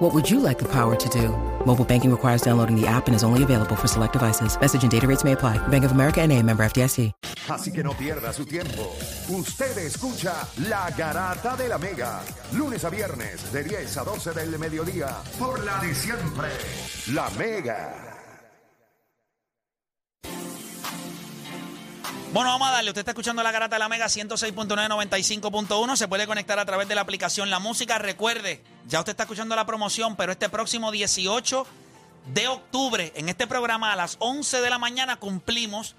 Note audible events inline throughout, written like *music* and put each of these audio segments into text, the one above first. What would you like the power to do? Mobile banking requires downloading the app and is only available for select devices. Message and data rates may apply. Bank of America and a member FDIC. Así que no pierda su tiempo. Usted escucha La Garata de la Mega. Lunes a viernes de 10 a 12 del mediodía. Por la de siempre. La Mega. Bueno, vamos a darle. Usted está escuchando la garata de la Mega 106.995.1. Se puede conectar a través de la aplicación La Música. Recuerde, ya usted está escuchando la promoción, pero este próximo 18 de octubre, en este programa a las 11 de la mañana, cumplimos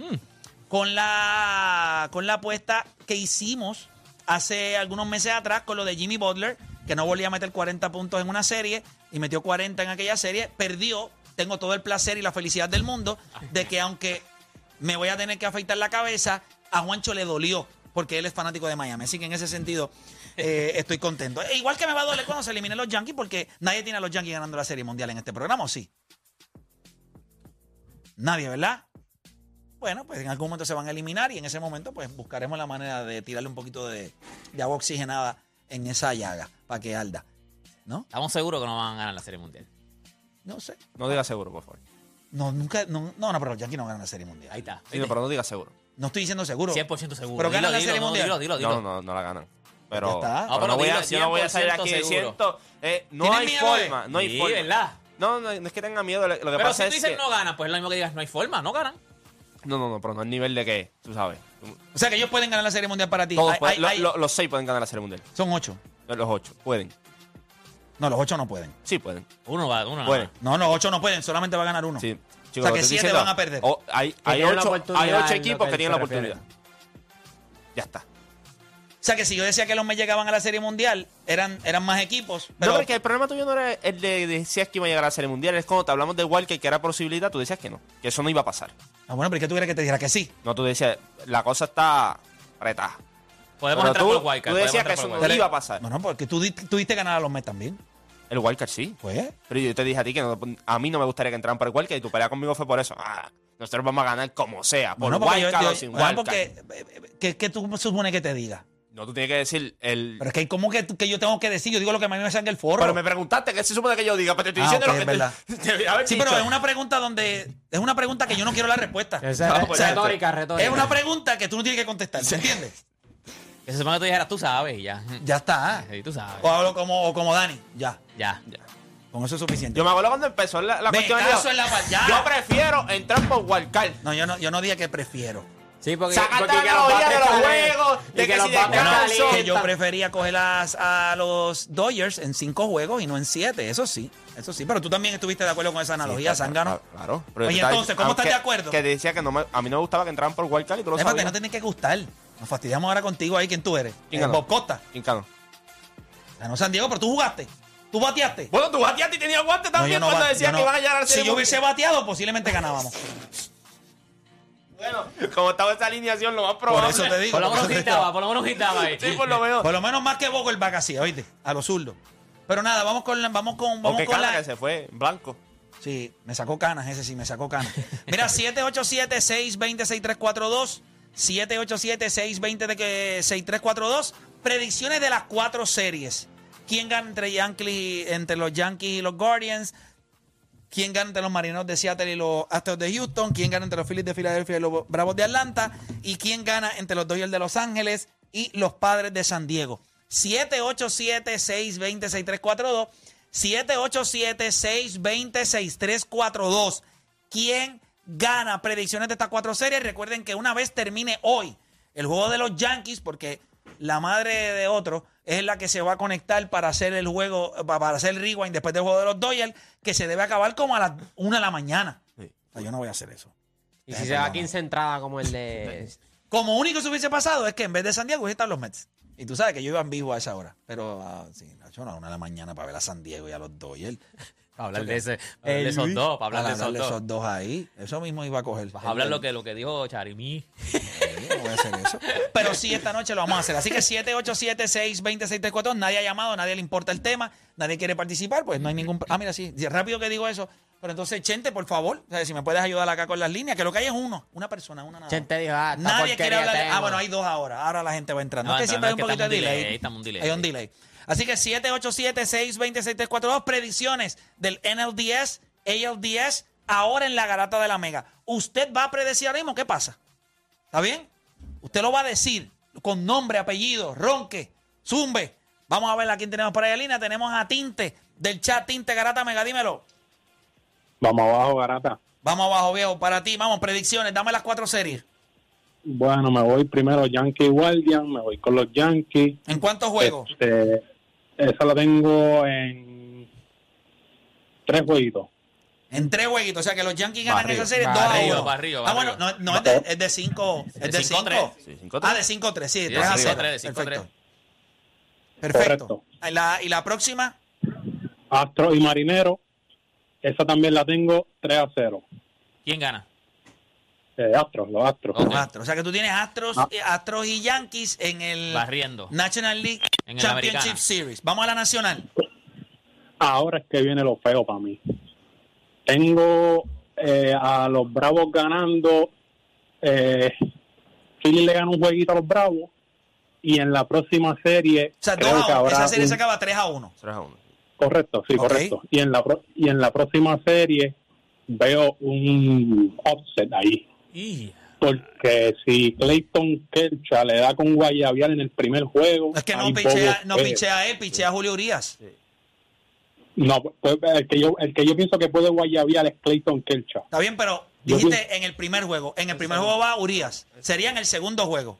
con, la, con la apuesta que hicimos hace algunos meses atrás con lo de Jimmy Butler, que no volvía a meter 40 puntos en una serie y metió 40 en aquella serie. Perdió. Tengo todo el placer y la felicidad del mundo de que aunque me voy a tener que afeitar la cabeza. A Juancho le dolió porque él es fanático de Miami. Así que en ese sentido eh, estoy contento. E igual que me va a doler cuando se eliminen los Yankees porque nadie tiene a los Yankees ganando la Serie Mundial en este programa, ¿o sí? Nadie, ¿verdad? Bueno, pues en algún momento se van a eliminar y en ese momento pues buscaremos la manera de tirarle un poquito de, de agua oxigenada en esa llaga para que arda. ¿No? Estamos seguros que no van a ganar la Serie Mundial. No sé. No digas seguro, por favor. No, nunca. No, no, no, pero los Yankees no ganan la Serie Mundial. Ahí está. Sí, no, pero no digas seguro. No estoy diciendo seguro. 100% seguro. Pero gana Dilo, la dilo, Serie no, Mundial. Dilo, dilo, dilo. No, no, no la ganan. Pero, Ya está. pero Ah, pero no voy a, dilo, yo no voy a salir aquí 100% diciendo. eh, no ¿Tienes hay miedo, eh? forma. No hay Sí, forma. ¿verdad? No, no, no es que tenga miedo. Lo que Pero si pasa tú es dices que. no ganan, pues es lo mismo que digas, no hay forma, no ganan. No, no, no, pero no al nivel de que, tú sabes. O sea que ellos pueden ganar la Serie Mundial para ti. Todos Hay- pueden- hay- lo- hay- lo- los seis pueden ganar la Serie Mundial. Son ocho. Los ocho. Pueden. No, los ocho no pueden. Sí, pueden. Uno va, Ah. uno nada Pueden. más. No, los ocho no pueden, solamente va a ganar uno. Sí. o sea que estoy siete diciendo, van a perder. o- hay, hay, tienen la ocho, oportunidad hay ocho en lo equipos que que tienen la se refiere. oportunidad. Ya está. O sea que si yo decía que los me llegaban a la Serie Mundial, eran, eran más equipos. no, Pero, porque el problema tuyo no era el de decías que iba a llegar a la Serie Mundial. Es cuando te hablamos de Walker, que era posibilidad, tú decías que no. Que eso no iba a pasar. Ah, bueno, pero ¿y ¿qué tú crees que te dijera que sí? No, tú decías, la cosa está apretada. Podemos Pero entrar tú- por Wildcard. tú podemos decías entrar que por eso no wildcard. iba a pasar. Bueno, porque tú, di- tú diste ganar a los Mets también. El Walker sí. Pues, Pero yo te dije a ti que no- a mí no me gustaría que entraran por el Walker y tu pelea conmigo fue por eso. Ah, nosotros vamos a ganar como sea, por bueno, porque yo- Walker yo- o sin bueno, Walker. porque eh, eh, ¿qué, qué tú supones que te diga? No, tú tienes que decir el... Pero Pero, es que como que, tú- que yo tengo que decir, yo digo lo que a mí me sale en el foro. me preguntaste qué se supone que yo diga, pero te estoy Ah, diciendo ok, lo que es *laughs* te, te había sí, dicho. pero es una pregunta donde es una pregunta que yo no quiero la respuesta. Esa No, es pues, retórica, retórica. Es una pregunta que tú no tienes que contestar, ¿se entiendes? Que se supone que tú dijeras, tú sabes y ya. *laughs* Ya está. Sí, tú sabes. Oh. O hablo como, o como Dani, ya. Ya. Con eso es suficiente. Yo me acuerdo cuando empezó la, la Me cuestión. caso yo- en la payada. Yo prefiero entrar por Walker. No, yo no, yo no dije que prefiero. Sí, porque, Sacando porque la que los analogía bates de los calen- juegos, y de que los si de bates Yo no, Calienta. calen- que yo prefería coger las- a los Dodgers en cinco juegos y no en siete. Eso sí, eso sí. Pero tú también estuviste de acuerdo con esa analogía, Zángano. Claro, Claro. pero Oye, yo te estaba- entonces, ¿cómo estás de que- acuerdo? Que decía que no me- a mí no me gustaba que entraran por Walker y tú lo Espérate, no sabías. tiene que gustar. Nos fastidiamos ahora contigo ahí. ¿Quién tú eres? ¿Quién Eh, ganó? Bob Costa. Incano. Ganó San Diego, pero tú jugaste. Tú bateaste. Bueno, tú bateaste y tenías guante No, yo también no cuando ba- decías yo no- que iban a llegar al Si yo hubiese bateado, posiblemente *laughs* ganábamos. Bueno, como estaba esa alineación, lo más Por probable. eso te digo. Por lo por menos eso te gritaba, por lo menos gritaba ahí. Sí, por lo menos. Por lo menos más que Bogo el así, oíste, a los zurdos. Pero nada, vamos con la- vamos con, vamos Aunque con Cana la. que se fue en blanco. Sí, me sacó canas, ese sí, me sacó canas. Mira, 787-620-6342. 787-620-6342. Predicciones de las cuatro series. ¿Quién gana entre, Yankees, entre los Yankees y los Guardians? ¿Quién gana entre los Marinos de Seattle y los Astros de Houston? ¿Quién gana entre los Phillies de Filadelfia y los Bravos de Atlanta? ¿Y quién gana entre los Dodgers de Los Ángeles y los Padres de San Diego? 787-620-6342. 787-620-6342. ¿Quién gana? Predicciones de estas cuatro series. Recuerden que una vez termine hoy el juego de los Yankees, porque la madre de otro es la que se va a conectar para hacer el juego, pa- para hacer el rewind después del juego de los Dodgers, que se debe acabar como a las una de la mañana. O sea, yo no voy a hacer eso. Y si se va 15 entradas como el de. *laughs* Como único que se hubiese pasado es que en vez de San Diego hubiese estado los Mets. Y Y tú sabes que yo iba en vivo a esa hora. Pero ah, sí, Nacho, no, a una de la mañana para ver a San Diego y a los Dodgers. Para hablar de, ese, para hablar de esos dos, para hablar de esos dos. esos dos ahí. Eso mismo iba a coger. Vas a hablar lo que, lo que dijo Charimí. Sí, no voy a hacer *laughs* eso. Pero sí, esta noche lo vamos a hacer. Así que 787-620-634. Nadie ha llamado, nadie le importa el tema, nadie quiere participar, pues no hay ningún. Ah, mira, sí, rápido que digo eso. Pero entonces, Chente, por favor, o sea, si me puedes ayudar acá con las líneas, que lo que hay es uno, una persona, una nada. más. Chente dijo, ah, esta Nadie quiere porquería hablar. de- tengo. Ah, bueno, hay dos ahora. Ahora la gente va entrando. No, es que no, siempre hay no, es un que poquito de estamos un delay. delay, estamos un delay. Hay un delay. Así que 787-620-634. Predicciones del NLDS, ALDS, ahora en la garata de la Mega. Usted va a predecir ahora mismo qué pasa. ¿Está bien? Usted lo va a decir con nombre, apellido, ronque, zumbe. Vamos a ver a quién tenemos por ahí en línea. Tenemos a Tinte del chat Tinte Garata Mega. Dímelo. Vamos abajo, Garata. Vamos abajo, viejo. Para ti, vamos, predicciones. Dame las cuatro series. Bueno, me voy primero Yankee Guardian, me voy con los Yankees. ¿En cuántos juegos? Este, esa la tengo en tres jueguitos. En tres jueguitos. O sea que los Yankees ganan Barrio, esa serie dos a barrio, uno. barrio, Ah, barrio. bueno, no, no es de- es de cinco. Es de de cinco cinco. a tres. Sí, 5-3. Ah, de cinco a tres. Sí, Sí, tres a de cinco a cero. tres, de cinco a Perfecto. tres. Perfecto. Ah, Correcto. ¿Y la- ¿Y la próxima? Astro y Marinero, esa también la tengo 3 a 0. ¿Quién gana? Eh, Astros, los Astros. Ok. Los Astros. O sea que tú tienes Astros, Ah. eh, Astros y Yankees en el Barriendo. National League En el Championship Americana. Series. Vamos a la Nacional. Ahora es que viene lo feo para mí. Tengo eh, a los Bravos ganando. Eh, Philly le gana un jueguito a los Bravos. Y en la próxima serie. O sea, creo dos que a uno. habrá Esa serie un- se acaba 3 a 1. 3 a 1. Correcto, sí, Ok. correcto. Y en, la pro- y en la próxima serie veo un offset ahí. Y- Porque si Clayton Kershaw le da con Guayabial en el primer juego. Es que ahí no pichea, Bobo no fue. pichea él, pichea Julio Urias. No, pues, el, que yo, el que yo pienso que puede Guayabial es Clayton Kershaw. Está bien, pero Yo dijiste en el primer juego. En el primer juego va Urias. Sería en el segundo juego.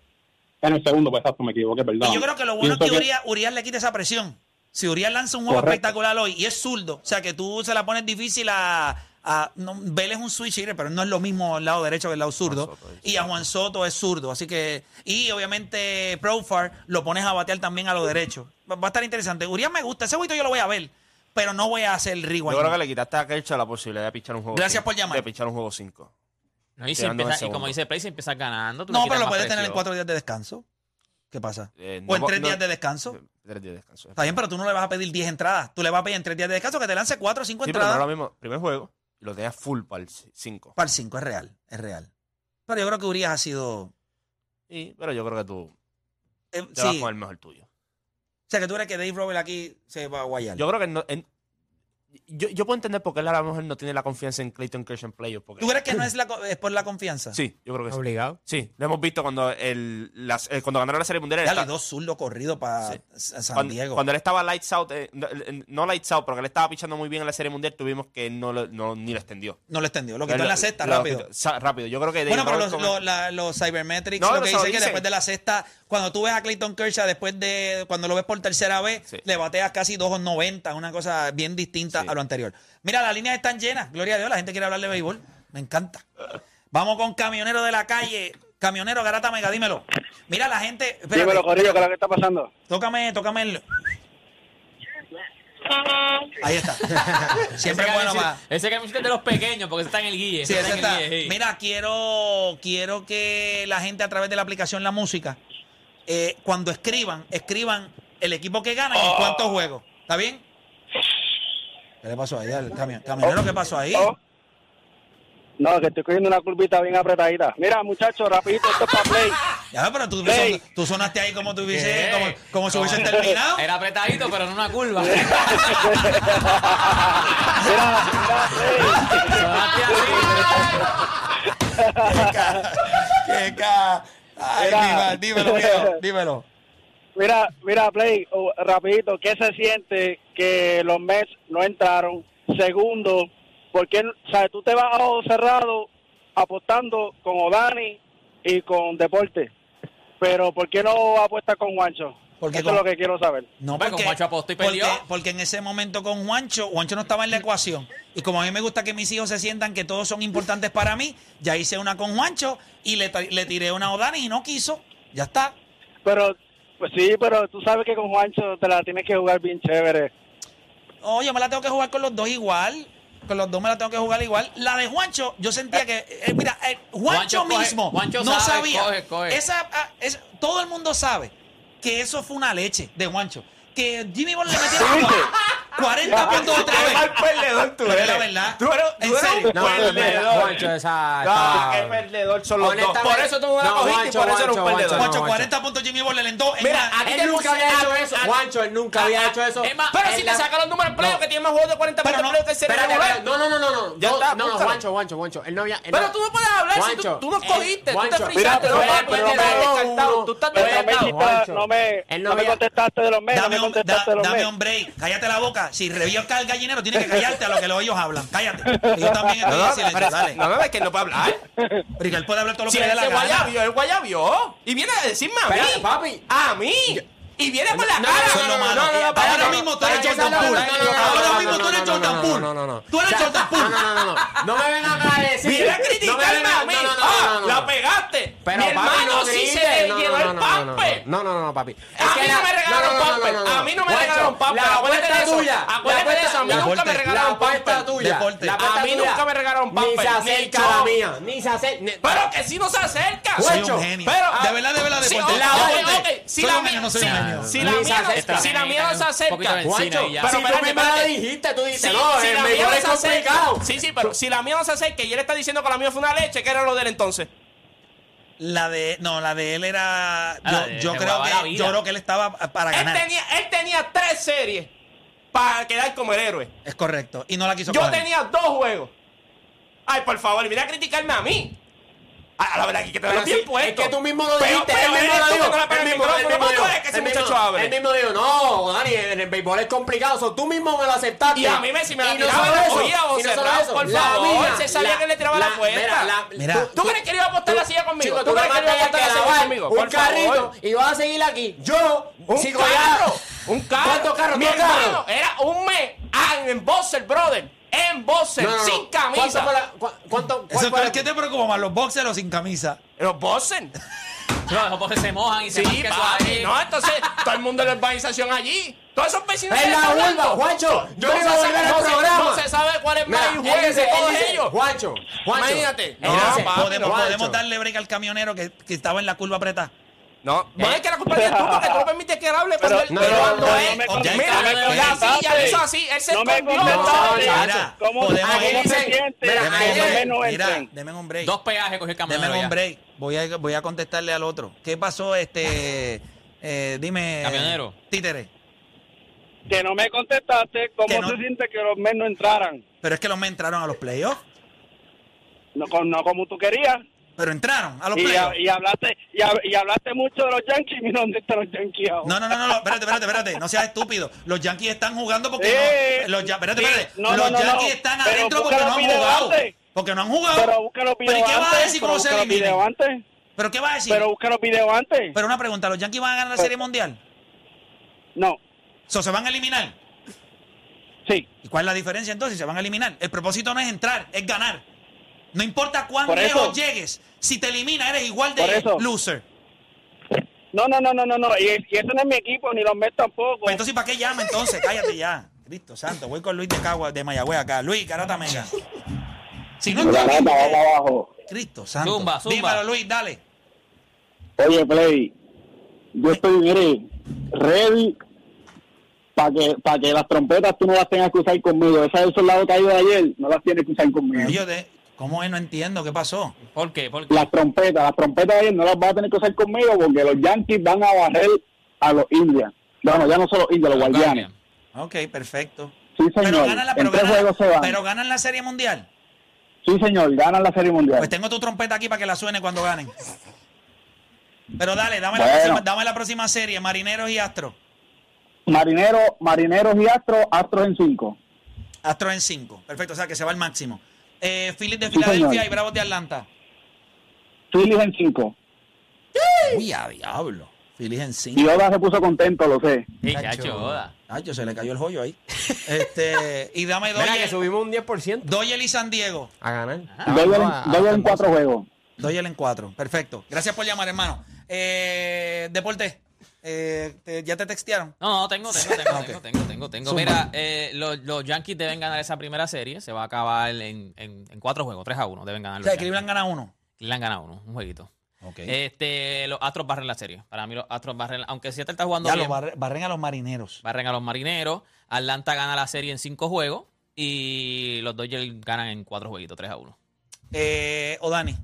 En el segundo, pues exacto, me equivoqué, perdón. Y yo creo que lo bueno es que Pienso Urias, Urias le quita esa presión. Si Urias lanza un juego Correcto. espectacular hoy y es zurdo, o sea que tú se la pones difícil a. a no, Vélez es un switch hitter, pero no es lo mismo el lado derecho que el lado zurdo. y a Juan Soto es zurdo, así que. Y obviamente Profar lo pones a batear también a lo derecho. Va va a estar interesante. Urias me gusta, ese huito yo lo voy a ver, pero no voy a hacer el Yo rewind. creo que le quitaste a Kershaw la posibilidad de pichar un juego Gracias cinco- por llamar. De pichar un juego 5. No, y, si Quedando en empieza- y segundo. como dice Play, si empiezas ganando. tú le No, quitas pero lo más puedes tener en presión. cuatro días de descanso. ¿Qué pasa? Eh, o en no- tres no- días de descanso. Tres días de descanso. Está bien, pero tú no le vas a pedir 10 entradas. Tú le vas a pedir en 3 días de descanso que te lance 4 o 5 Sí, pero no entradas. es lo mismo. Primer juego y lo dejas full para el 5. Para el 5 es real, es real. Pero yo creo que Urias ha sido. Sí, pero yo creo que tú eh, te vas sí. con O el mejor tuyo. sea, que tú crees que Dave Robert aquí se va a guayar. Yo creo que no. en- yo, yo puedo entender por qué él a lo mejor no tiene la confianza en Clayton Kershaw en playoffs. Porque, ¿Tú crees que no es, la co- es por la confianza? Sí, yo creo que sí. Obligado. Sí, lo hemos visto cuando, el, las- eh, cuando ganaron la Serie Mundial. él Ya le está- dos zurdos corrido para Sí. San cuando, Diego. cuando él estaba lights out, eh, no, eh, no lights out, pero que él estaba pichando muy bien en la Serie Mundial, tuvimos que él no, lo- no- ni lo extendió. no lo extendió. Lo quitó Él en la sexta, lo- rápido. sa- rápido, yo creo que... Bueno, Dave pero los, Roberts como- los- la- los Cybermetrics No, lo no que se lo dicen que dicen. después de la sexta, cuando tú ves a Clayton Kershaw después de cuando lo ves por tercera vez, Sí. le bateas casi 2.90, una cosa bien distinta Sí. a lo anterior. Mira, las líneas están llenas, gloria a Dios, la gente quiere hablar de béisbol, me encanta. Vamos con camionero de la calle, camionero Garata Mega, dímelo. Mira, la gente, espérate, Dímelo, Corillo, ¿qué es lo que está pasando? tócame, tócame el... Ahí *laughs* está. Siempre es ese bueno camiseta- para... Ese camiseta es de los pequeños, porque ese está en el guille. Sí, ese esa está en el está. guille, sí. Mira, quiero, quiero que la gente a través de la aplicación La Música, eh, cuando escriban, escriban el equipo que gana y en cuántos Oh. juegos. ¿Está bien? ¿Qué le pasó ahí al camión? camionero? ¿Qué pasó ahí? Oh. No, que estoy cogiendo una curvita bien apretadita. Mira, muchachos, rapidito, esto es para play. Ya, pero tú, Play. son- tú sonaste ahí como tú hubiese, ¿Qué? como, como si No. hubiesen terminado. Era apretadito, pero no una *laughs* curva. Mira, mira, play. Sonaste así. Qué ca- Ay, Era- Aníbal, dímelo, viejo, dímelo. Mira, mira, play, oh, rapidito, ¿qué se siente que los Mets no entraron? Segundo, porque o sea, tú te vas a ojo cerrado apostando con Odani y con Deporte. Pero ¿por qué no apuestas con Juancho? Porque Eso con- es lo que quiero saber. No, Hombre, con Juancho apostó y perdió. Porque, porque en ese momento con Juancho, Juancho no estaba en la ecuación. Y como a mí me gusta que mis hijos se sientan que todos son importantes para mí, ya hice una con Juancho y le, tra- le tiré una a Odani y no quiso. Ya está. Pero Pues sí, pero tú sabes que con Juancho te la tienes que jugar bien chévere. Oye, yo me la tengo que jugar con los dos igual. Con los dos me la tengo que jugar igual. La de Juancho, yo sentía que. eh, mira, eh, Juancho, Juancho coge- mismo Juancho no sabe, sabía. coge, coge. Esa, ah, es- todo el mundo sabe que eso fue una leche de Juancho. Que Jimmy Ball le metió 40 puntos Ah, otra Qué vez. mal perdedor tú Pero es eres. la verdad. Tú eres, En tú eres serio. un No, no, no, perdedor. Juancho, esa. Ah, está- qué perdedor son los dos. Honestamente- Por eso tú no la No, cogiste y Juancho, por eso eres un Juancho, perdedor. Juancho, Juancho. 40 puntos Jimmy Ball le alentó. en Mira, una- aquí Él te puse- nunca había hecho ah, eso. ah, Juancho, él nunca ah, había ah, hecho eso. es más, En pero si la- te saca los números playoff, que tiene más juegos de 40 Pero puntos no, playoff que serie Espérate, regular. espérate, no, no, no, no, no. Ya no, está, no, no, búscalo. Juancho, Juancho, Juancho. Él no había. él Pero no- tú no puedes hablar si Juancho, tú, tú nos él- cogiste, tú te Juancho, frisaste, mira, tú pero eres él puede perdedor, haber descartado, uno. tú estás Pero Pero no me, no, descartado. Juancho. hiciste- no me, Él no no me había- contestaste de los meses, no Dame un, me contestaste da- de los dame meses. un break. Cállate la boca. Si reviorca el gallinero, tienes que callarte a lo que los ellos hablan. Cállate. Yo también estoy No, en no, silencio. pero- Dale. no, no, es que él no puede hablar. Porque él puede hablar todo lo Si que le él dé la se gana. guayabió, él guayabió. Y viene a decirme a Espérate, mí. papi. A mí. Y viene con la No, cara. eso es lo malo. papi, Ahora no, mismo tú no, eres no, Jordan no, no, Poole. no, no, no, Ahora no, mismo no, tú eres no, no, Jordan no, Poole. no, no, no. Tú eres Jordan No, Poole. no, no, no, no. No me vengan a decir. Viene a No me criticarme vengan- a mí. no, no, no, Ah, no, no, la no. pegaste. Pero Mi papi, hermano no sí se grites. le No, no, llenó el no, no, no, pamper. No, no, no, no, papi. A mí no la- me regalaron pamper. A mí no me regalaron pamper. La Acuérdate de apuesta eso. tuya. Acuérdate de eso. A mí La nunca me apuesta- regalaron la apuesta pamper. tuya. Deporte. La apuesta A mí tuya. nunca me regalaron Ni se pamper, ni acerca yo. a la mía. Ni se acerca. ni- Pero que si no se acerca. Soy Juancho, un genio. pero- de verdad, de verdad, Sí, deporte. ok, ok, Deporte. ok. Si Soy la un mía- genio, no soy si- un genio. Si la Ni se mía acerca. no- si la mía no se acerca. Juancho, y ya. pero Sí, tú tú misma primero la dijiste, tú Sí, no, dijiste, no, eh, si la me mía no corre se acerca. complicado. Sí, sí, pero si la mía no se acerca y él está diciendo que la mía fue una leche, ¿qué era lo de él entonces? La de, no, la de él era. Ah, yo- la de- yo, se creo guaba la que, vida. yo creo que él estaba para Él ganar. tenía, él tenía tres series para quedar como el héroe. Es correcto. Y no la quiso Yo coger. tenía dos juegos. Ay, por favor, mira a criticarme a mí. A, a la verdad, que te Pero lo bien sí, puesto. es que tú mismo lo Pero- dijiste, pero él mismo eres lo tú dijo. que no le pegas él el mismo, micrófono. él mismo ¿Cómo tú dijo, eres que ese él muchacho mismo- hable? Él mismo dijo, no, Dani, en el béisbol es complicado, so, tú mismo me lo aceptaste. Y a mí me- si me la Y no tiraba, solo la eso, cogía o y no solo cerraba, eso, por la favor, mía, se sabía que le tiraba la puerta. Mira, ¿Tú, tú crees que él iba a apostar la silla conmigo? Chico, tú crees nada más que él iba a tenías apostar la silla que lavar conmigo? un Por favor. carrito y vas a seguir aquí. Yo, Un si cogía- carro. Un carro. ¿Cuántos carros? Mi ¿Dos hermano carros? era un mes ah, en Bowser, brother. En Bowser, No, no, no. sin ¿Cuánto fue camisa. la- cua- cuánto- cuál eso, fue pero la- es que te preocupa más, los boxers o sin camisa. Los Bowser. No, eso porque se mojan y se Sí, marca eso papi. ahí. No, entonces, todo el mundo en la urbanización allí. Todos esos vecinos. Es que la están urba, hablando. Juancho. Yo no se iba a volver sabe- al no se- programa. No se sabe cuál es Mira, más él juez de dice- él todos dice, ellos. Juancho, Juancho. Imagínate. Él No, dice, papi, podemos, no, podemos Juancho. darle break al camionero que, que estaba en la curva apretada. No, bueno, Eh. es que la culpa es tú porque tú no permites que él hable cuando él. no, pero no, cuando no, él- no me mira, contestaste, mira, no me ya sí, ya lo hizo así. Él se No me escondió. contestaste. No, Mira, ¿Cómo, podemos cómo ir. se siente? Mira, ¿Cómo ayer- me no Mira, entran? deme un break. Dos peajes cogió el camionero Deme un ya. break. Voy a, voy a contestarle al otro. ¿Qué pasó, este? eh, dime. Camionero. Títere. Que no me contestaste, Que ¿cómo no. se siente que los meses no entraran? Pero es que los me entraron a los playoffs. No, con- no como tú querías. Pero entraron a los Y, playoffs. y hablaste y, hab- y hablaste mucho de los Yankees. *laughs* Mira dónde están los Yankees ahora. No, no, no, no, no, espérate, espérate, espérate. No seas estúpido. Los Yankees están jugando porque Eh, no. Los, Ya- espérate, sí, espérate. no, no, los no, Yankees no. están Pero adentro busca porque no los han videos jugado. antes. Porque no han jugado. Pero busca los Pero ¿y videos qué vas a antes, decir pero cómo se busca los eliminen? videos antes, ¿Pero qué vas a decir? Pero Pero, busca los videos antes. una pregunta, ¿los Yankees van a ganar la Pero- Serie Mundial? No, ¿So, ¿Se van a eliminar? sí. ¿Y cuál es la diferencia entonces? Se van a eliminar. El propósito no es entrar, es ganar. No importa cuán Por eso. lejos llegues, si te elimina eres igual Por de eso. loser. No, no, no, no, no, no. Y, y ese no es mi equipo, ni los Mets tampoco. Pues entonces, ¿para qué llama entonces? Cállate ya. Cristo santo, voy con Luis de Cagua, de Mayagüez acá. Luis, carata mega. Si no está bien, eh, abajo. Cristo santo. Zumba, zumba. Dímelo, Luis, dale. Oye, Play, yo estoy, mire, ready para que, pa' que las trompetas tú no las tengas que usar conmigo. Esa del soldado caído de ayer no las tienes que usar conmigo. Oye, de- ¿cómo es? No entiendo, ¿qué pasó? ¿Por qué? ¿Por qué? Las trompetas, las trompetas de ayer no las vas a tener que usar conmigo porque los Yankees van a barrer a los indias. Bueno, ya no son los indias, los guardianes. Ok, perfecto. Sí, Pero señor. ganan la, en pero tres ganan la- juegos se van. pero ganan la Serie Mundial. Sí, señor, ganan la Serie Mundial. Pues tengo tu trompeta aquí para que la suene cuando ganen. Pero dale, dame, la, Bueno. próxima, dame la próxima serie, Marineros y Astros. Marineros, marineros y Astros, Astros en cinco. Astros en 5. Perfecto, o sea que se va al máximo. Eh, Phillies de Sí, Filadelfia señor. y Bravos de Atlanta. Phillies en cinco. Uy, a diablo. Phillies en 5. Y Oda se puso contento, lo sé. Sí, chacho, joda. Nacho, se le cayó el joyo ahí. este, y dame Mira que Doyle, subimos un 10% Doyle y San Diego. a ganar. Ah, Doy el- doy el en cuatro juegos. Doyle en 4. Perfecto. Gracias por llamar, hermano. Eh, deporte. Eh, te- ¿Ya te textearon? No, no, tengo, tengo, *laughs* tengo, Ok. tengo, tengo, tengo, tengo. Mira, eh, los, los Yankees deben ganar esa primera serie. Se va a acabar en, en- en cuatro juegos, 3 a 1. Deben ganar O los sea, Yankees. Cleveland gana uno. Eh, Cleveland gana uno, un jueguito. Ok. Este, los Astros barren la serie. Para mí los Astros barren, aunque Seattle está jugando ya bien, los barre- barren a los marineros. barren a los marineros. Atlanta gana la serie en cinco juegos y los Dodgers ganan en cuatro jueguitos, 3 a 1. Eh, o Dani,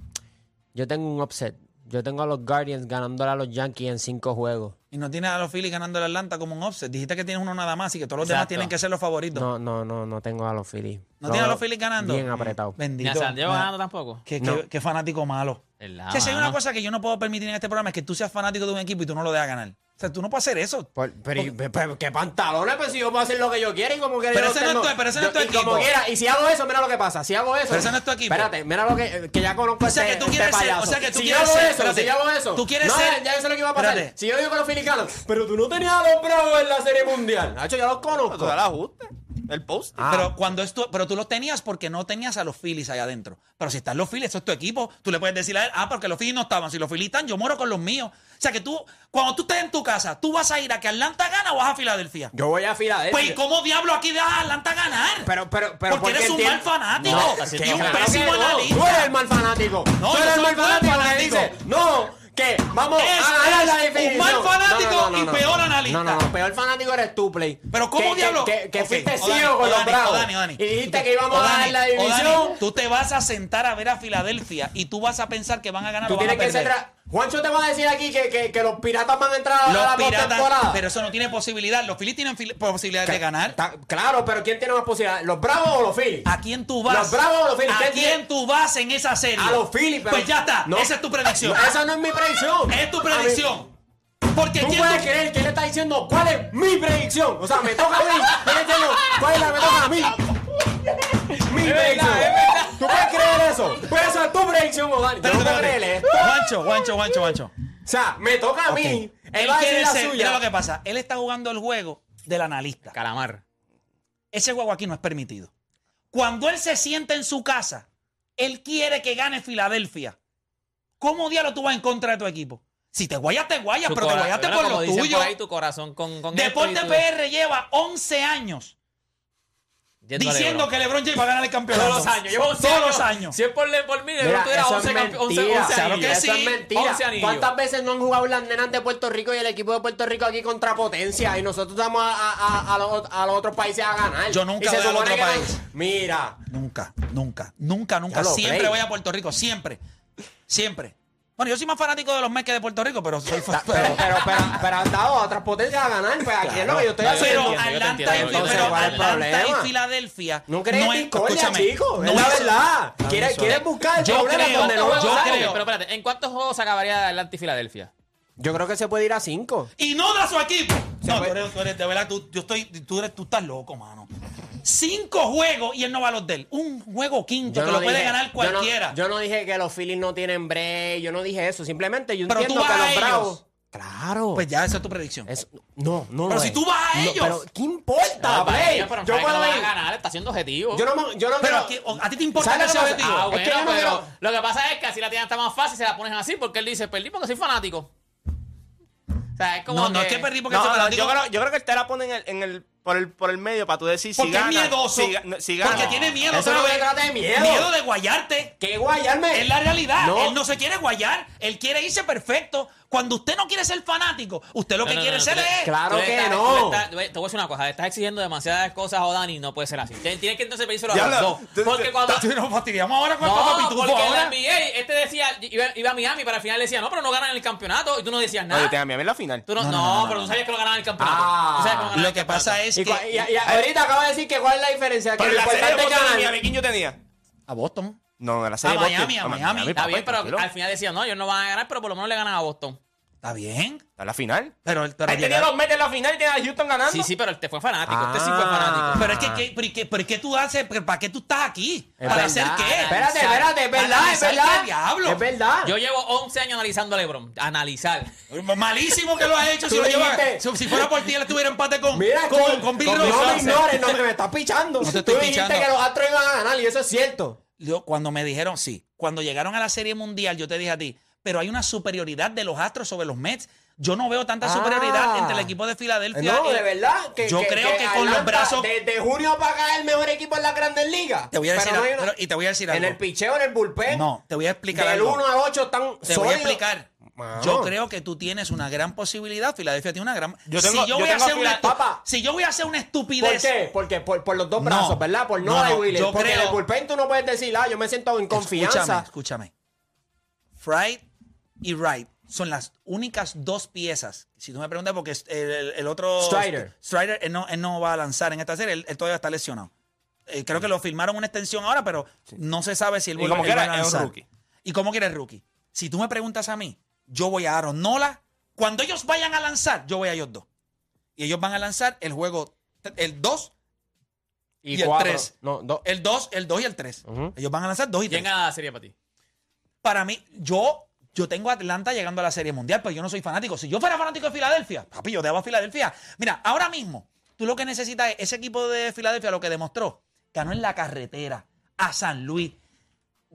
Yo tengo un upset. Yo tengo a los Guardians ganándole a los Yankees en cinco juegos. y no tienes a los Phillies ganando el Atlanta como un offset. Dijiste que tienes uno nada más y que todos los demás Exacto. tienen que ser los favoritos. No, No, no, no, no tengo a los Phillies. tienes a los Phillies ganando. Bien apretado. Ni Bendito. Ah, a San Diego Nah, ganando tampoco. Qué, No. qué- qué fanático malo. ¿Verdad, Che, si hay una mano? cosa que yo no puedo permitir en este programa es que tú seas fanático de un equipo y tú no lo dejas ganar. O sea, tú no puedes hacer eso. Por- pero, y- pe- pe- ¿Qué pantalones? Pues si yo puedo hacer lo que yo quiera y como quiera. Pero yo ese no es tengo- tu- pero ese no es yo- tu y como equipo. quiera, y si hago eso, mira lo que pasa. Si hago eso. Pero ese no es tu equipo. Espérate, mira lo que, que ya conozco O sea, este- que tú quieres este ser- o payaso. sea, que tú si quieres yo hago ser- eso, espérate. si yo hago eso. Tú quieres no, ser- Ya yo sé lo que iba a pasar. Espérate. Si yo digo con los filicanos, pero tú no tenías a los bravos en la serie mundial. Nacho, ya los Tú conozco. da el ajuste. El post. Pero cuando esto, pero tú los tenías porque no tenías a los Phillies allá adentro. Pero si están los Phillies, eso es tu equipo. Tú le puedes decir a él, ah, porque los Phillies no estaban. Si los Phillies están, yo muero con los míos. O sea que tú, cuando tú estés en tu casa, tú vas a ir a que Atlanta gana o vas a Filadelfia. Yo voy a eh. Filadelfia. Pues, ¿y ¿cómo diablo aquí dejas a Atlanta ganar? Pero, pero, pero. porque eres un entiendo- mal fanático No, así y un claro que pésimo no. Tú analista. eres el mal fanático. No, tú yo eres el soy mal un mal fanático. que fanático. dice, no, que vamos Eso a ganar la es un definición. mal fanático No, no, no, no, y no. peor analista. No, no, no, peor fanático eres tú, Play. Pero ¿cómo Que- diablo? Que, que Ok, fuiste o ciego Dani, con o los Dani, bravos. o Dani, o Dani. Y dijiste que íbamos O a ganar Dani, la o Dani, división. Tú te vas a sentar a ver a Filadelfia y tú vas a pensar que van a ganar Tú o van a tienes que perder. ser... tra- Juancho te va a decir aquí que, que, que los piratas van a entrar a Los la piratas, postemporada. pero eso no tiene posibilidad. Los Phillies tienen fil- posibilidad de Que- ganar. ta- Claro, pero ¿quién tiene más posibilidad? ¿Los bravos o los Phillies? ¿A quién tú vas? Los Bravos o los Phillies. ¿A ¿Quién tiene- quién tú vas en esa serie? A los Phillies, pero- Pues ya está. No. Esa es tu predicción. No, Esa no es mi predicción. Es tu A mí- predicción. Porque Tú quién puedes tú- creer que él está diciendo cuál es mi predicción. O sea, me toca a mí. Él dice, no, ¿Cuál es la que me toca a mí? Mi predicción. ¿Tú puedes creer eso? Pues esa es tu predicción, Odani. Yo Espérate, no puedo espérate. creer esto. Juancho, Juancho, Juancho, Juancho. O sea, me toca a mí. Él Él va a decir quiere la ser, mira lo suya. que pasa. Él está jugando el juego del analista. Calamar. Ese juego aquí no es permitido. Cuando él se sienta en su casa, él quiere que gane Filadelfia. ¿Cómo diablo tú vas en contra de tu equipo? Si te guayas, te guayas, Tu pero te cora- guayaste bueno, por como lo dicen tuyo. por ahí, tu corazón con, con Deporte esto y tú- PR lleva 11 años yéndole, diciendo bro. que LeBron James va a ganar el campeonato. todos los años. Llevo 11 Todos los años. Si es por, le- por mí, Mira, Lebron tuviera eso 11 es campe- 11 mentira. 11 Claro anillos. que Eso es mentira. 11 anillos. ¿Cuántas veces no han jugado las nenas de Puerto Rico y el equipo de Puerto Rico aquí contra potencia? Y nosotros damos a, a- a- a los, a los otros países a ganar. Yo nunca Y voy se al supone otro que no- país. Mira. Nunca, nunca, nunca, nunca. Ya lo Siempre play. voy a Puerto Rico, siempre. Siempre. Bueno, yo soy más fanático de los Mets que de Puerto Rico, pero soy Ta- *laughs* Pero, pero, pero, pero han dado a otras potencias a ganar. Pues aquí es lo que yo estoy Claro. Pero haciendo. yo te Atlanta, entiendo, y, yo te pero entiendo. ¿Cuál es el Atlanta y problema? Filadelfia. No crees en es- discordia, escúchame, chico. Es no la es- verdad. no Quieres, es- quieres buscar el Yo problema creo- donde no lo yo Ah, hay. ok, creo- Pero espérate, ¿en cuántos juegos se acabaría Atlanta y Filadelfia? Yo creo que se puede ir a cinco. Y no da su equipo. No, tú fue. eres, tú eres- de verdad, tú, yo estoy, tú, eres, tú estás loco, mano. Cinco juegos y él no va a los del. Un juego quinto Yo que no lo puede dije- ganar yo no- cualquiera. Yo no, dije que los Phillies no tienen break, yo no dije eso. Simplemente yo Pero tú entiendo que vas a los ellos. Bravos. Claro. Pues ya, esa es tu predicción. Eso- Eh, no, no. Pero lo si es. tú vas a No, ellos. pero ¿qué importa, Play? Ah, pues, pero Yo sabe que puedo no va a ir. ganar, está siendo objetivo. Yo no, me- yo no Pero creo- a ti- a ti te importa ¿Sabes que lo sea pasa? Ah, objetivo. bueno, es que yo no pero quiero- lo que pasa es que así la tienen está más fácil, se la ponen así, porque él dice, perdí porque soy fanático. O sea, es como No, no es que perdí porque No, soy no, fanático. yo, creo, yo creo que te la ponen en el, en el- por, el, por el medio para tú decir si Porque es gana. miedoso. Si, ga- no, si gana. porque tiene miedo, Eso no ¿sabes? se trata de miedo. Miedo de guayarte. ¿Qué guayarme? Es la realidad. No. Él no se quiere guayar. Él quiere irse perfecto. Cuando usted no quiere ser fanático, usted lo No, que no, quiere no, ser tú le- es. Claro Tú le que estás- no. tú le estás- tú le- te voy a decir una cosa, le estás exigiendo demasiadas cosas a Odani y no puede ser así. Tienes que entonces pedírselo a Ya los lo- dos. te- Porque te- cuando... Tato, Nos fastidiamos ahora con el papá No, Pitufo, porque en ahora. la NBA este decía, iba, iba a Miami, pero al final le decía, no, pero no ganan el campeonato y tú no decías No, nada. yo tengo a Miami en la final. Tú no, no, pero tú sabías que lo ganaban el campeonato. Ah. Tú sabes que lo ganaban Lo el que campeonato. pasa es Y, que. cua- y- y ahorita acaba de decir que cuál es la diferencia. Que Pero en lo la serie de importante es Boston y ganar. Miami, ¿quién yo tenía? A Boston. No, en la serie A de Boston. Miami, a Miami. Está papá, bien, pero tranquilo. al final decía, no, ellos no van a ganar, pero por lo menos le ganan a Boston. Está bien. Está en la final. Pero, el- pero Ahí tenía llegar- los Mets en la final y tenía a Houston ganando. Sí, sí, pero él te fue fanático. Este sí fue fanático. Pero es que, ¿qué- pero, es que, pero es que tú haces, pero ¿para qué tú estás aquí? Ah. Es ¿Para verdad. hacer qué? Espérate, espérate, es ¿Para verdad, es analizar verdad. qué diablo? Es verdad. Yo llevo 11 años analizando a LeBron. Analizar. *laughs* Malísimo que lo has hecho. si, Tú lo lleva- dijiste- si- si fuera por ti, él estuviera empate con, Mira, con, tú- con Bill no Russell. me ignores, no me, me estás pichando. No te Tú estoy dijiste pichando. que los Astros iban a ganar y eso es cierto. Yo, cuando me dijeron, sí, cuando llegaron a la Serie Mundial, yo te dije a ti, pero hay una superioridad de los Astros sobre los Mets. Yo no veo tanta Ah. superioridad entre el equipo de Filadelfia. No, y- de verdad. Que, yo creo que con los brazos- Desde junio para acá es el mejor equipo en las grandes ligas. Te voy a Pero decir no hay algo, una- pero- y te voy a decir En algo. el picheo, en el bullpen. No, te voy a explicar Del algo. 1 al 8 están Te voy a sólidos. explicar. Mano. Yo creo que tú tienes una gran posibilidad. Filadelfia tiene una gran. Yo tengo- si yo, yo voy a tengo hacer una, Fila- estu- Papá. si yo voy a hacer una ¿Por estupidez. qué? Porque por, por los dos No. brazos, ¿verdad? Por No, no, no, y Willis. yo Porque en creo- el bullpen tú no puedes decir, ah, yo me siento en confianza. Escúchame, escúchame. Fried y Wright son las únicas dos piezas. Si tú me preguntas, porque el, el- el otro. Strider. Strider, él no, él no va a lanzar en esta serie. Él, él todavía está lesionado. Eh, creo que lo firmaron una extensión ahora, pero no se sabe si él, Y vuelve- como él quiera, va a es un lanzar. rookie. ¿Y cómo quiere el rookie? Si tú me preguntas a mí, yo voy a Aaron Nola. Cuando ellos vayan a lanzar, yo voy a ellos dos. Y ellos van a lanzar el juego, el 2, Y el cuatro. tres. No, dos. el 2, el 2 y el 3. Ellos van a lanzar 2 y 3. ¿Quién gana la serie para ti? Para mí, yo, yo tengo a Atlanta llegando a la Serie Mundial, pero yo no soy fanático. Si yo fuera fanático de Filadelfia, papi, yo debo a Filadelfia. Mira, ahora mismo, tú lo que necesitas es ese equipo de Filadelfia, lo que demostró, ganó en la carretera a San Luis,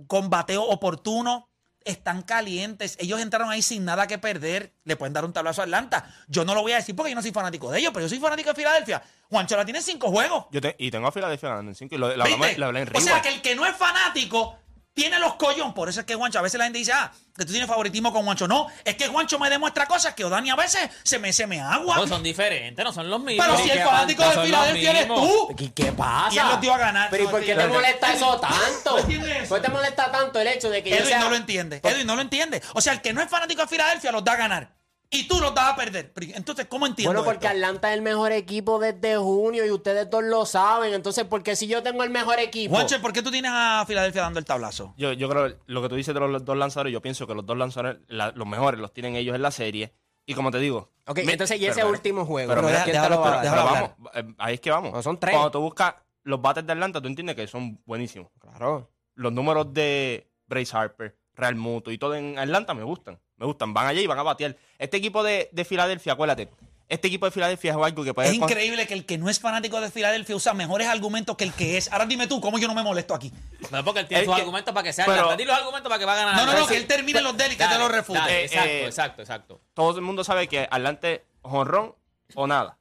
con bateo oportuno. Están calientes, ellos entraron ahí sin nada que perder, le pueden dar un tablazo a Atlanta. Yo no lo voy a decir porque yo no soy fanático de ellos, pero yo soy fanático de Filadelfia. Juancho la tiene cinco juegos. Yo te- y tengo a Filadelfia ganando en 5 y lo, lo ¿Viste? hablamos- lo hablé en o Ringo. sea, que el que no es fanático tiene los collón. Por eso es que Juancho, a veces la gente dice, ah, que tú tienes favoritismo con Juancho. No, es que Juancho me demuestra cosas que Odani a veces se me, se me agua. No, son diferentes, no son los mismos. pero si el fanático de Filadelfia eres tú. ¿Qué, qué pasa? ¿Quién los dio a ganar? Pero ¿y No, por qué tío. te molesta eso tanto? ¿Entiendes? ¿Por qué te molesta tanto el hecho de que yo Edwin sea... pues- no lo entiende. Edwin no lo entiende. O sea, el que no es fanático de Filadelfia los da a ganar. Y tú los das a perder. Pero, Entonces, ¿cómo entiendo Bueno, porque esto? Atlanta es el mejor equipo desde junio y ustedes dos lo saben. Entonces, ¿por qué si yo tengo el mejor equipo? Juancho, ¿por qué tú tienes a Filadelfia dando el tablazo? Yo, yo creo que lo que tú dices de los, los dos lanzadores, yo pienso que los dos lanzadores, la- los mejores, los tienen ellos en la serie. Y como te digo. Ok, mi- entonces, ¿y ese pero- último juego? Pero, Pero mira, deja- ¿quién te déjalo lo- hablar, pero déjalo vamos, eh, ahí es que vamos. No, son tres. Cuando tú buscas los bates de Atlanta, tú entiendes que son buenísimos. Claro. Los números de Bryce Harper, Real Muto y todo en Atlanta me gustan. Me gustan. Van allí y van a batear. Este equipo de, de Filadelfia, acuérdate. Este equipo de Filadelfia es algo que puede. Es increíble que el que no es fanático de Filadelfia usa mejores argumentos que el que es. Ahora dime tú, ¿cómo yo no me molesto aquí? No, porque él tiene Es sus que- argumentos para que sea pero- Atlanta. Di los argumentos para que va a Ah, ganar No, no, no, Atlanta. pues que él termine los del y que te Dale, lo refute. dale, Eh, exacto, eh, exacto, exacto. todo el mundo sabe que Atlanta es jonrón o nada.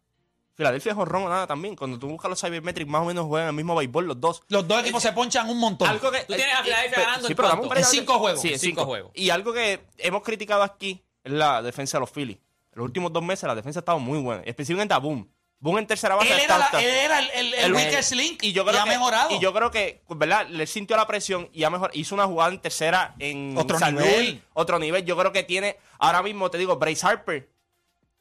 Filadelfia es jonrón o nada también. Cuando tú buscas los Cybermetrics, más o menos juegan el mismo béisbol los dos. Los dos equipos se ponchan un montón. Algo que, Tú tienes a Filadelfia Eh, pero- ganando sí, en pero dame cuánto? un break. En cinco juegos. Sí, en En cinco. cinco juegos. Y algo que hemos criticado aquí es la defensa de los Phillies. Los últimos dos meses la defensa ha estado muy buena. Específicamente a Boom. Boom en tercera base. Él ha era, estado- la- está- él era el, el, el el- weakest link y yo creo y ha que, mejorado. Y yo creo que, pues, ¿verdad? Le sintió la presión y ha mejor Hizo una jugada en tercera en Otro San nivel. Luis, Otro nivel. Yo creo que tiene, ahora mismo te digo, Bryce Harper.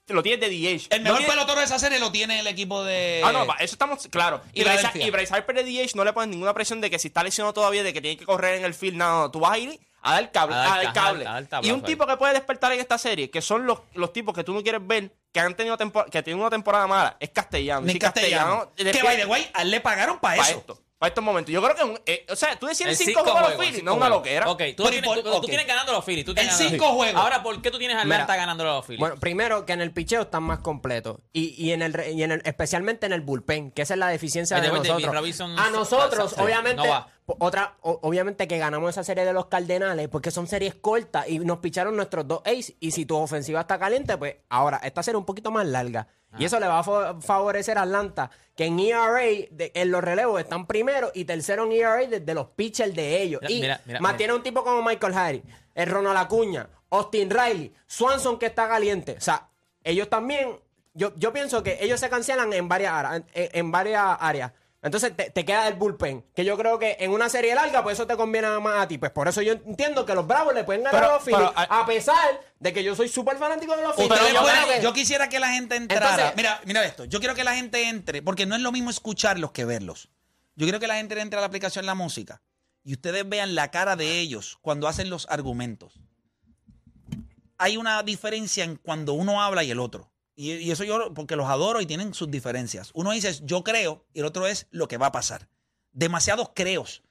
Lo tiene de DH. el No mejor tiene- pelotero de esa serie lo tiene el equipo de. Ah, no, va, eso estamos claro. Y Bryce, Filadelfia. y Bryce Harper de DH no le ponen ninguna presión de que si está lesionado todavía, de que tiene que correr en el field. No, no, tú vas a ir a dar cable. A dar a dar ca- cable. a dar tablazo y un ahí. tipo que puede despertar en esta serie, que son los, los tipos que tú no quieres ver, que han tenido tempor- que tienen una temporada mala, es castellano. Nick Sí, Castellano. Que by the despierta way, a él le pagaron para para eso. esto. Para estos momentos. Yo creo que, un- eh, o sea, tú decías En cinco, cinco juegos a los juegos, en Phillies, cinco no una juegos. loquera. Ok, tú, Pero tienes, por- tú- tú ok. tienes ganando a los Phillies. tú tienes En ganando a los cinco Phillies. juegos. Ahora, ¿por qué tú tienes a Atlanta Mira, ganando a los Phillies? Ah, Bueno, primero que en el picheo están más completos y, y en el, re- y en el- especialmente en el bullpen, que esa es la deficiencia By de the way, David nosotros. Robinson- a nosotros, Sí, no obviamente, va. po- otra, o- obviamente que ganamos esa serie de los Cardenales porque son series cortas y nos picharon nuestros dos ace y si tu ofensiva está caliente, pues ahora esta serie es un poquito más larga Ah. y eso le va a fa- favorecer a Atlanta, que en ERA de- en los relevos están primero y tercero en E ERA desde los pitchers de ellos Mira, y mira, mira, mantiene tiene un tipo como Michael Harris, el Ronald Acuña, Austin Riley, Swanson que está caliente. O sea, ellos también, yo, yo pienso que ellos se cancelan en varias, ara- en, en varias áreas. Entonces te, te queda el bullpen, que yo creo que en una serie larga, pues eso te conviene más a ti. Pues por eso yo entiendo que los Bravos le pueden ganar Pero- a los Phillies, pero, a pesar de que yo soy súper fanático de los Phillies. Ustedes Yo pueden- creo que- yo quisiera que la gente entrara. Entonces- mira, mira esto. Yo quiero que la gente entre, porque no es lo mismo escucharlos que verlos. Yo quiero que la gente entre a la aplicación La Música y ustedes vean la cara de ellos cuando hacen los argumentos. Hay una diferencia en cuando uno habla y el otro. Y, y eso yo, porque los adoro y tienen sus diferencias. Uno dice, yo creo, y el otro es lo que va a pasar. Demasiados creos.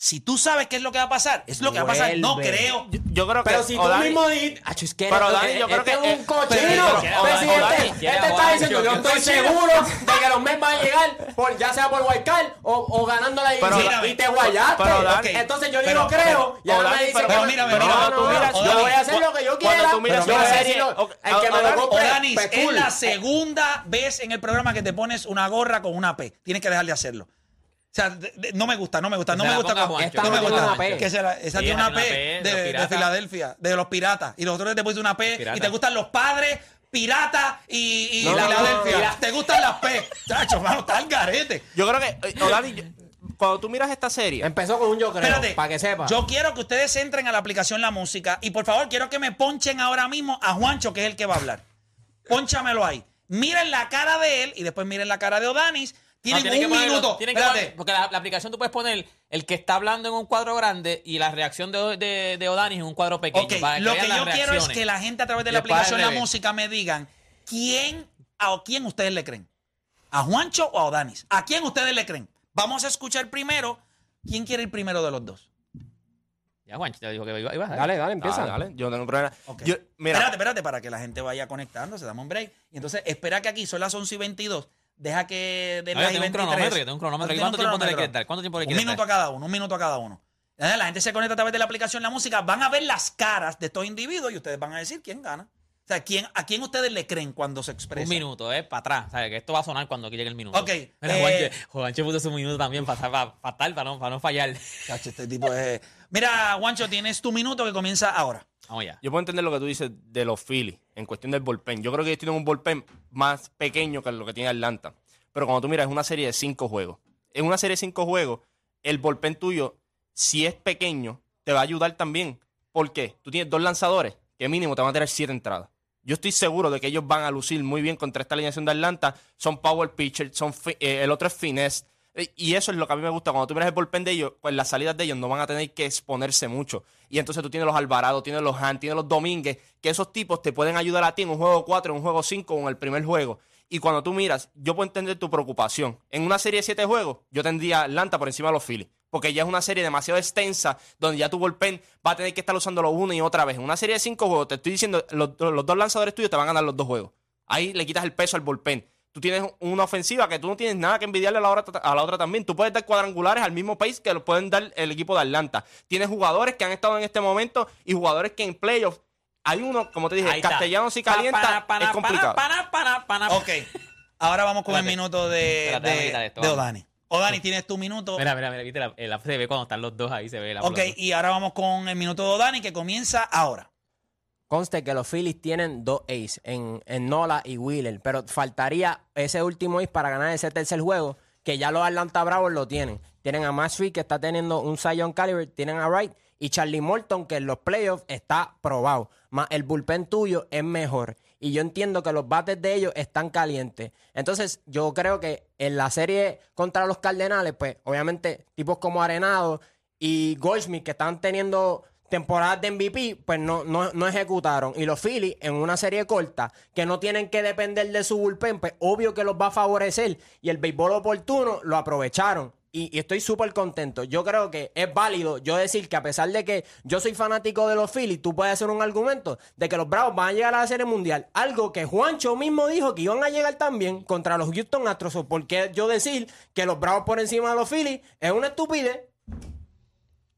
Si tú sabes qué es lo que va a pasar, es lo que va a pasar. No Vuelve. creo. Yo, yo creo que. Pero si tú O'Dani- mismo dijiste. "Acho, es que Pero, eres- Dani, yo este creo que- es un eh, cochino. pero- pero- presidente, Dani, este quiere está abogar, diciendo: yo- Yo yo estoy estoy seguro de que los Mets van a llegar, por, ya sea por Wildcard o, o ganando la Pero- división. Y te guayaste. pero, Dani, Entonces yo pero- no creo. Y ahora O'Dani, me dice: pero- que- pero mira, no, mira, no, tú no, miras- Yo O'Dani, voy a hacer lo que yo quiera. cuando tú miras pero yo una voy a serie- decir lo- o- El que me O'Dani, lo compre. Odanis, pues, es cool. la segunda vez en el programa que te pones una gorra con una P. Tienes que dejar de hacerlo. O sea, de- de- no me gusta, no me gusta, Que no se me la gusta. ponga cuando- Juancho. no me Esta no gusta. tiene una P. Que se la- esa Sí, tiene una P tiene una P, de, los de piratas. Filadelfia, de los piratas. Y los otros te pusiste una P y Piratas. te gustan los padres, piratas y, y No, no, Filadelfia. no, no. Te gustan las P. Chacho, mano, está el garete. Yo creo que. eh, O'Dani, yo- cuando tú miras esta serie. Empezó con un yo creo. Espérate, Para que sepa. Yo quiero que ustedes entren a la aplicación La Música y por favor quiero que me ponchen ahora mismo a Juancho, que es el que va a hablar. Pónchamelo ahí. Miren la cara de él y después miren la cara de Odanis. Tienen No, tienen un que ponerlo, minuto. tienen que Espérate. poner- porque la, la aplicación tú puedes poner el que está hablando en un cuadro grande y la reacción de, de, de Odanis en un cuadro pequeño. Ok, para lo vean que las yo quiero es reacciones. que la gente a través de Y la después al aplicación La revés. Música me digan quién a o quién ustedes le creen. ¿A Juancho o a Odanis? ¿A quién ustedes le creen? Vamos a escuchar primero. ¿Quién quiere ir primero de los dos? Ya, Juancho, te dijo que iba, iba a Dale, dale, empieza. Ah, dale, yo no tengo problema. Ok. Yo- mira, Espérate, espérate, para que la gente vaya conectándose, damos un break. Y entonces, espera que aquí son las 11 y 22. Deja que de No, yo las tengo un 23. cronómetro, yo tengo un cronómetro. Entonces, ¿Cuánto tiene un tiempo te le cronómetro. quieres dar? ¿Cuánto tiempo le Un quieres minuto dar? a cada uno, un minuto a cada uno. Entonces, La gente se conecta a través de la aplicación La Música. Van a ver las caras de estos individuos y ustedes van a decir quién gana. O sea, ¿quién, ¿a quién ustedes le creen cuando se expresan? Un minuto, eh, para atrás. ¿sabes? Que esto va a sonar cuando aquí llegue el minuto. Ok, Mira, eh, Juancho, Juancho puso su minuto también para, para, para, estar, para no, para no fallar. Chacho, este tipo es- Mira, Juancho, tienes tu minuto que comienza ahora. Vamos ya. yo puedo entender lo que tú dices de los Phillies en cuestión del bullpen. Yo creo que ellos tienen un bullpen más pequeño que lo que tiene Atlanta. Pero cuando tú miras, es una serie de cinco juegos. En una serie de cinco juegos, el bullpen tuyo, si es pequeño, te va a ayudar también. porque Tú tienes dos lanzadores que mínimo te van a tener siete entradas. Yo estoy seguro de que ellos van a lucir muy bien contra esta alineación de Atlanta. Son power pitcher, son fi- eh, el otro es finesse. Eh, Y eso es lo que a mí me gusta. Cuando tú miras el bullpen de ellos, pues las salidas de ellos no van a tener que exponerse mucho. Y entonces tú tienes los Alvarado, tienes los Han, tienes los Domínguez, que esos tipos te pueden ayudar a ti en un juego 4, en un juego 5 o en el primer juego. Y cuando tú miras, yo puedo entender tu preocupación. En una serie de 7 juegos, yo tendría Atlanta por encima de los Phillies. Porque ya es una serie demasiado extensa donde ya tu bullpen va a tener que estar usándolo una y otra vez. En una serie de 5 juegos, te estoy diciendo, los, los dos lanzadores tuyos te van a ganar los dos juegos. Ahí le quitas el peso al bullpen. Tú tienes una ofensiva que tú no tienes nada que envidiarle a la, otra, a la otra también. Tú puedes dar cuadrangulares al mismo pace que lo pueden dar el equipo de Atlanta. Tienes jugadores que han estado en este momento y jugadores que en playoffs. Hay uno, como te dije, Ahí está. castellano si Pa, calienta, para, para, es complicado. Para, para, para, para. Ok. Ahora vamos con Espérate. el minuto de, Espérate, déjame quitar de, esto, de vamos. Odani. Odani, tienes tu minuto. Mira, mira, mira, viste, la, el app se ve cuando están los dos ahí, se ve la Ok, y ahora vamos con el minuto de Odani que comienza ahora. Conste que los Phillies tienen dos aces en, en Nola y Wheeler, pero faltaría ese último ace para ganar ese tercer juego, que ya los Atlanta Bravos lo tienen. Tienen a Masry, que está teniendo un Zion Caliber, tienen a Wright y Charlie Morton, que en los playoffs está probado. Más el bullpen tuyo es mejor. Y yo entiendo que los bates de ellos están calientes. Entonces, yo creo que en la serie contra los Cardenales, pues obviamente tipos como Arenado y Goldschmidt, que están teniendo temporadas de MVP, pues no, no, no ejecutaron. Y los Phillies, en una serie corta, que no tienen que depender de su bullpen, pues obvio que los va a favorecer. Y el béisbol oportuno lo aprovecharon. Y, y estoy súper contento. Yo creo que es válido yo decir que a pesar de que yo soy fanático de los Phillies, tú puedes hacer un argumento de que los Bravos van a llegar a la Serie Mundial. Algo que Juancho mismo dijo que iban a llegar también contra los Houston Astros. ¿O ¿Por qué yo decir que los Bravos por encima de los Phillies es una estupidez?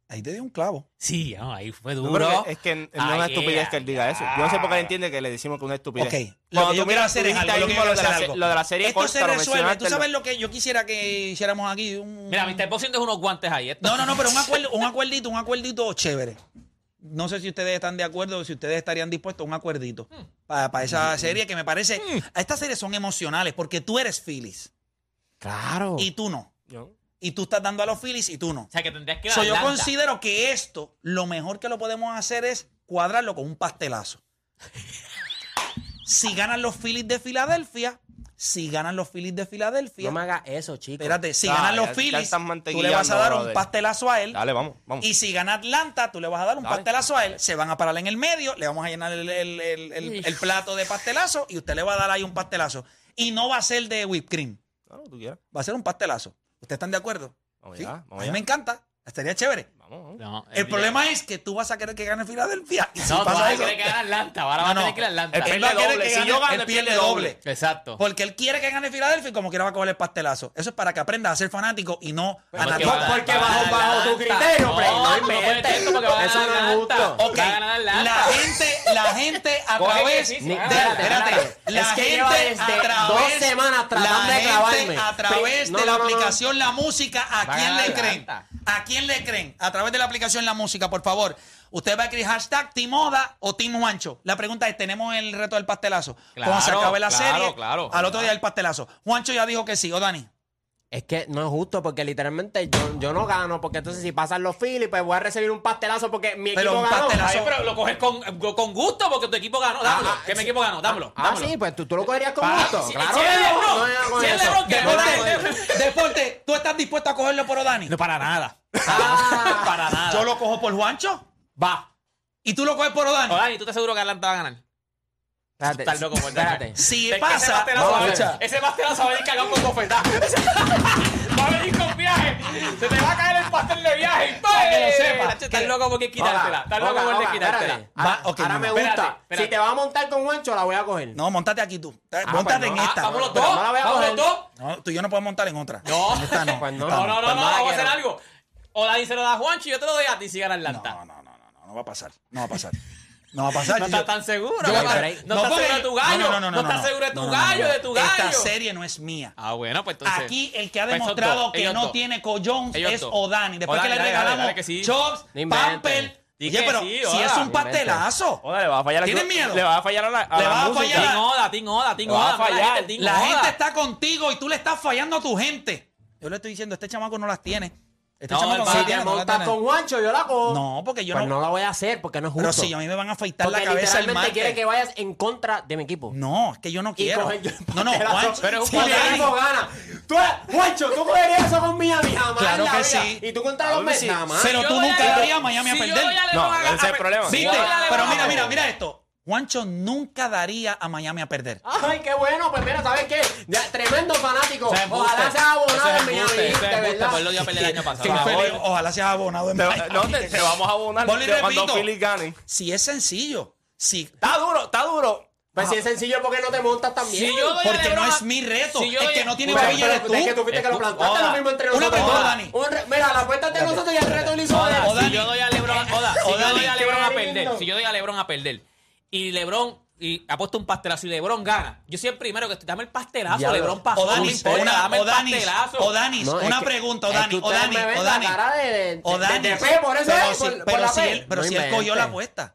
Ahí te dio un clavo. Sí, no, ahí fue Yo duro. creo que es que no es una Ay, estupidez que él diga eso. Yo no sé por qué él entiende que le decimos que es una estupidez. Ok, lo Cuando que yo tú quiero miras, hacer tú es dijiste algo. Yo ahí quiero mismo lo de hacer la se- algo. lo de la serie Esto corta, se lo resuelve. mencionaste, Tú lo- sabes lo que yo quisiera que hiciéramos aquí. Un... Mira, Mr. Boxing dejó unos guantes ahí. Esto- No, no, no, pero un, acuerdo, un acuerdito, un acuerdito chévere. No sé si ustedes están de acuerdo o si ustedes estarían dispuestos a un acuerdito Hmm. para, esa serie que me parece. a Estas series son emocionales porque tú eres Phillies Claro. y tú no. Yo- Y tú estás dando a los Phillies y tú no. O sea, que tendrías que ir a So, yo Atlanta. considero que esto, lo mejor que lo podemos hacer es cuadrarlo con un pastelazo. si ganan los Phillies de Filadelfia, si ganan los Phillies de Filadelfia, No me hagas eso, chicos. espérate, si Ah, ganan ya- los ya Phillies, tú están le vas a mantequillando, dar un brother. pastelazo a él. Dale, vamos, vamos. Y si gana Atlanta, tú le vas a dar un Dale. pastelazo a él, se van a parar en el medio, le vamos a llenar el, el- el- el- el plato de pastelazo y usted le va a dar ahí un pastelazo. Y no va a ser de whipped cream, No, tú quieras. va a ser un pastelazo. ¿Ustedes están de acuerdo? Vamos Sí, allá, a vamos mí allá. me encanta. Estaría chévere. Vamos, vamos. No, El problema es que tú vas a querer que gane Filadelfia. Y *laughs* si No, tú pasa vas a eso- querer que gane Atlanta. Ahora vas No, a no. tener que ir a Atlanta. El Él pierde va a querer doble. que Si gane, yo gano, él él pierde pierde doble. Exacto. Porque él quiere que gane Filadelfia y como quiera va a coger el pastelazo. Eso es para que aprendas a ser fanático y no Porque analista. va a ganar porque bajo- bajo tu Atlanta. criterio, No, Play, no tú no inventes. puedes decir eso porque va a Eso ganar no es Atlanta. justo. Va a ganar Atlanta. La gente, la gente a Coge través que sí, sí, de- espérate, espérate, espérate. la Es que gente lleva desde a través, dos semanas tratando la de gente clavarme. a través No, de la no, no, no. aplicación La Música, ¿a Va a quién ganar le creen? Atlanta. ¿A quién le creen? A través de la aplicación La Música, por favor. Usted va a escribir hashtag Timoda o Team Juancho. La pregunta es, ¿tenemos el reto del pastelazo? Claro, Cuando se acabe la claro, serie, claro. al otro día el pastelazo. Juancho ya dijo que sí, o Dani. Es que no es justo porque literalmente yo, yo no gano. Porque entonces si pasan los Phillies, pues voy a recibir un pastelazo porque mi Pero equipo un ganó. pastelazo. Ay, pero lo coges con, con gusto porque tu equipo ganó. Dámelo. Ah, ah, que mi equipo ganó. Dámelo. Ah, dámelo. sí, pues tú, tú lo cogerías con Ah, gusto. si- claro si que es no. LeBron, no, no, no, si es eso. LeBron, que No, no, gane. Deporte, deporte, ¿tú estás dispuesto a cogerlo por O'Dani? No, para nada. Ah. para nada. Yo lo cojo por Juancho Va. y tú lo coges por O'Dani. Oye, ¿tú te seguro que Atlanta va a ganar? espérate, Estás loco por espérate. Si Es que Ese pasa, pastelazo va a escucha. venir- ese pastelazo va a venir cagado con bofetá. *laughs* va a venir con viaje. Se te va a caer el pastel de viaje. Para que lo sepas. Estás loco porque quitártela. Estás loco Oga, por oga, quitártela. Ah, espérate. Va, Ahora- ok, Ah, Ahora no, me no. gusta. Espérate, espérate. Si te vas a montar con Juancho, la voy a coger. No, montate aquí tú. montate pues en no. esta. Ah, vamos los Pero dos. no la voy a Vamos los coger. dos. No, tú y yo no podemos montar en otra. No. En esta no. Pues no. en esta No, no, no, no, Pues no la vamos a hacer quiero. algo. O Dani se lo da a Juancho y yo te lo doy a ti si gana Atlanta. No, no, no, no, no, no va a pasar. No va a pasar. No va a pasar. No Yo- estás tan seguro. yo- No, pero ahí- estás- no estás porque- seguro de tu gallo. No, no, no, no, estás no, no. seguro de tu No, no, no, gallo, no. de tu gallo. Esta serie no es mía. Ah, bueno, pues entonces. Aquí el que ha Pues esos demostrado dos, que ellos no dos. tiene collones Ellos es dos. O'Dani. Después O'Dani, que le dale, dale, regalamos dale, que sí. chops, No inventen. pamper. Di Oye, que pero sí, si Oda. es un Inventen. pastelazo. Joder, le va a fallar a- ¿Tienes miedo? Le va a fallar a la, a Le la va a música. fallar Ting Oda, Ting Oda, Ting Va a Oda. mira, fallar. gente, Ting La Oda. gente está contigo y tú le estás fallando a tu gente. Yo le estoy diciendo, este chamaco no las tiene. Este No, chamaco él no va- las si tiene. Te no las montas tiene. con Juancho, yo la cojo. No, porque yo Pues no. no la voy a hacer porque no es justo. Pero si a mí me van a afeitar Porque la cabeza el literalmente martes. quiere que vayas en contra de mi equipo. No, es que yo no Y quiero. coger yo el No, no, pastelazo. Juancho. Pero es si un mi Juan- equipo gana. Tú, Juancho, tú cogerías eso con Miami jamás. Claro en la que vida. sí. Y tú contra los Claro que Mets sí. nada más. Sí. Pero yo tú voy nunca darías a Miami a si yo perder. voy a No, LeBron a- ese es a- el problema. si yo ah, ¿Viste? voy a Pero LeBron a- mira, mira, mira esto. Juancho nunca daría a Miami a perder. Ay, qué bueno, pues mira, ¿sabes qué? Ya, tremendo fanático. Eso es embuste. Ojalá sea Eso abonado es en Miami. embuste, eso es de embuste, verdad. pues lo dio a perder el año pasado. Sin Ah, feliz, bueno. ojalá seas abonado en Te, Miami. no, te, te vamos a abonar Vuelvo y te- cuando repito. Philly gane. Si es sencillo, si Está duro, está duro. Pues si es sencillo, ¿por qué no te montas también? Si yo doy a Porque no LeBron a- es mi reto. si yo Es doy que a- no tiene Pero, babilla pero, eres tú. es que tú fuiste que lo Escucha, plantaste lo Oda. mismo entre Una nosotros. pregunta, Oda. Dani. Un re- Mira, la apuesta entre nosotros y el reto lo hizo Oda, él. Oda. si yo doy a LeBron, Oda, si Oda, yo doy a qué LeBron a lindo. perder, si yo doy a LeBron a perder y LeBron y apuesto un pastelazo y LeBron gana, yo soy el primero que estoy, dame el pastelazo, Ya, LeBron pasó, no Odanis, importa, una, dame el Odanis, pastelazo. Odanis, No, es una que- pregunta, es que Odanis, ustedes Odanis, me ven la Odanis. cara de- de- de- Odanis. de fe, por eso pero es, si, por- por pero la si fe. él, pero No si él cogió inventen. la apuesta.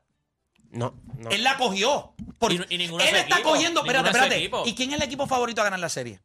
No, no. Él la cogió. Por- Y- y ninguno de él su está equipo, cogiendo. ninguno Espérate, de su espérate. equipo. ¿Y quién es el equipo favorito a ganar la serie?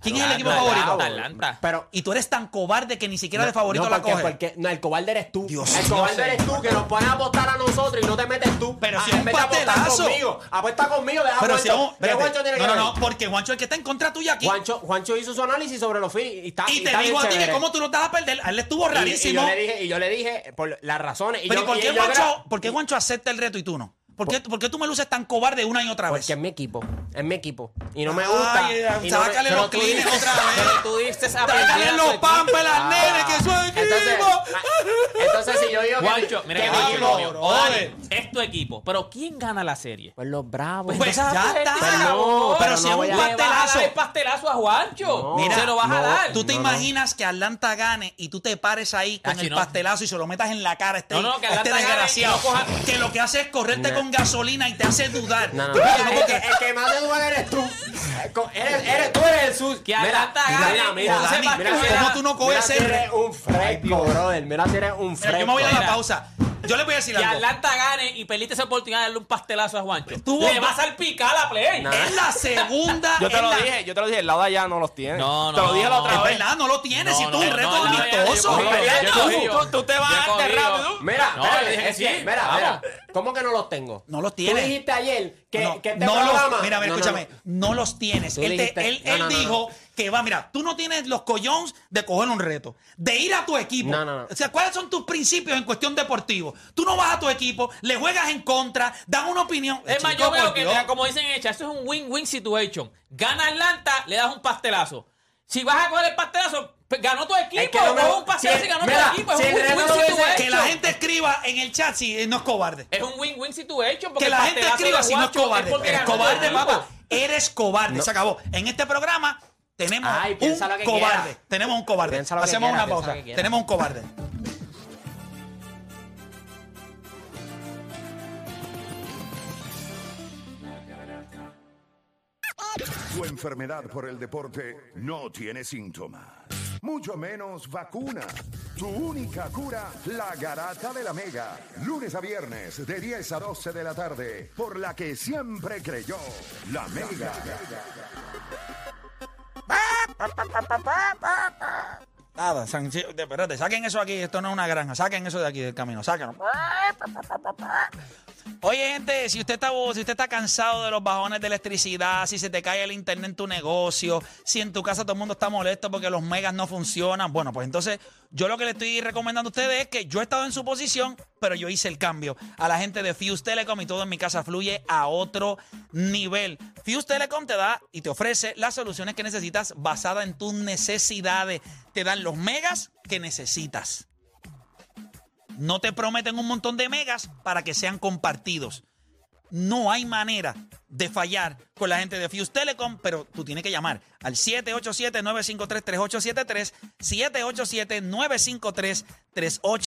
¿Quién es el Atlanta, equipo Atlanta, favorito? Atlanta. Pero Y tú eres tan cobarde que ni siquiera de no, favorito la porque, coges. porque- no, el cobarde eres tú. Dios el mío, cobarde señor. eres tú que nos pones a apostar a nosotros y no te metes tú. Pero Ah, si es un en vez de apostar pastelazo. conmigo, apuesta conmigo, deja Pero a si Juancho. vamos- ¿Qué espérate. Juancho tiene que no, no, ver? no, porque Juancho es el que está en contra tuya aquí. Juancho, Juancho hizo su análisis sobre los Phillies y está y te está bien digo a ti que chévere. cómo tú no te vas a perder. A él le estuvo Y- rarísimo. Y, yo le dije, y yo le dije por las razones. Y Pero ¿y yo- por y qué yo Juancho, era- por qué Juancho acepta el reto y tú no? ¿Por qué, por qué tú me luces tan cobarde una y otra vez? Porque es mi equipo, es mi equipo. Y no me gusta. Ay, y no me- sácale pero los tú ah, pues, clines dices- otra vez. Pero tú diste esa Sácale los pampers, las Ah. nenes, que eso es Entonces, equipo. ah, entonces, si yo digo que- Juancho, que mira, mi que Pablo, yo equipo- lo veo. brother. es tu equipo, pero ¿quién gana la serie? Pues los bravos. Pues Entonces, ya pues, está. pues no, Pero pero si no es un voy a- Le vas a pastelazo. dar el pastelazo a Juancho. No. Mira, se lo vas a no, dar. ¿Tú te No, no. imaginas que Atlanta gane y tú te pares ahí con Cachi, el no. pastelazo y se lo metas en la cara a este, No, no, que a este Atlanta gane desgraciado? y no coja- Que lo que hace es correrte No. con gasolina y te hace dudar. No, no, Tú no. dices, El, ¿cómo que, que- el que más te duele eres tú. Eh, Co- Eres, eres, tú eres el sus. Que Atlanta gane. Mira, mira, José mira, mira, Vasquez, ¿cómo tú no coges mira si ese- eres un fresco, brother. Mira si eres un Mira, fresco. yo me voy a la Mira. pausa. Yo le voy a decir Que algo. Atlanta gane y perdiste esa oportunidad de darle un pastelazo a Juancho. Tú- Le vas a salpicar la play. Nah. Es la segunda. Yo te es lo la- dije, yo te lo dije, el lado de allá no los tiene. No, Te no, lo dije la no. otra Es vez. verdad, no lo tienes. No, si tú no, un reto no, la- amistoso. yo cogí- Pero yo tú- cogí- Tú, tú- tú te vas Yo a enterrar, conmigo. tú. Mira, No, espérate, yo dije que es sí. que- mira, Vamos. mira. ¿Cómo que no los tengo? No los Tú tienes. dijiste ayer que, no, que este no los- programa- mira, mira, No, no, escúchame, no. no, los tienes. Tú él te- dijiste- él, no, él no, no, dijo que va, mira, tú no tienes los collones de coger un reto, de ir a tu equipo. No, no, no. O sea, ¿cuáles son tus principios en cuestión deportivo? Tú no vas a tu equipo, le juegas en contra, das una opinión. Es más, Chico, yo veo por que, Dios. como dicen en el chat, eso es un win-win situation. Gana Atlanta, le das un pastelazo. Si vas a coger el pastelazo, pues, ganó tu equipo. que no me- coge un pastelazo si- y ganó mira, tu equipo. Es si un el win-win reloj situation. hubiese- Que la gente escriba en el chat si eh, no es cobarde. Es un win-win situation. Porque que la el gente pastelazo escriba de si no es Guacho es cobarde. porque Eres ganó tu cobarde, equipo. papá. Eres cobarde. Se acabó. En este programa tenemos Ay, un piensa lo que cobarde. quiera. Tenemos un cobarde. Piensa lo que Hacemos quiera, una piensa pausa. lo que quiera. Tenemos un cobarde. Tu enfermedad por el deporte no tiene síntomas, mucho menos vacuna. Tu única cura, la garata de la mega. Lunes a viernes, de 10 a 12 de la tarde, por la que siempre creyó, la mega. Nada, san- sí, de- espérate, saquen eso aquí, esto no es una granja, saquen eso de aquí del camino, sáquenlo. Oye, gente, si usted está si usted está cansado de los bajones de electricidad, si se te cae el internet en tu negocio, si en tu casa todo el mundo está molesto porque los megas no funcionan, bueno, pues entonces yo lo que le estoy recomendando a ustedes es que yo he estado en su posición, pero yo hice el cambio a la gente de Fuse Telecom y todo en mi casa fluye a otro nivel. Fuse Telecom te da y te ofrece las soluciones que necesitas basadas en tus necesidades. Te dan los megas que necesitas. No te prometen un montón de megas para que sean compartidos. No hay manera de fallar con la gente de Fuse Telecom, pero tú tienes que llamar al 787-953-3873, 787-953-3873.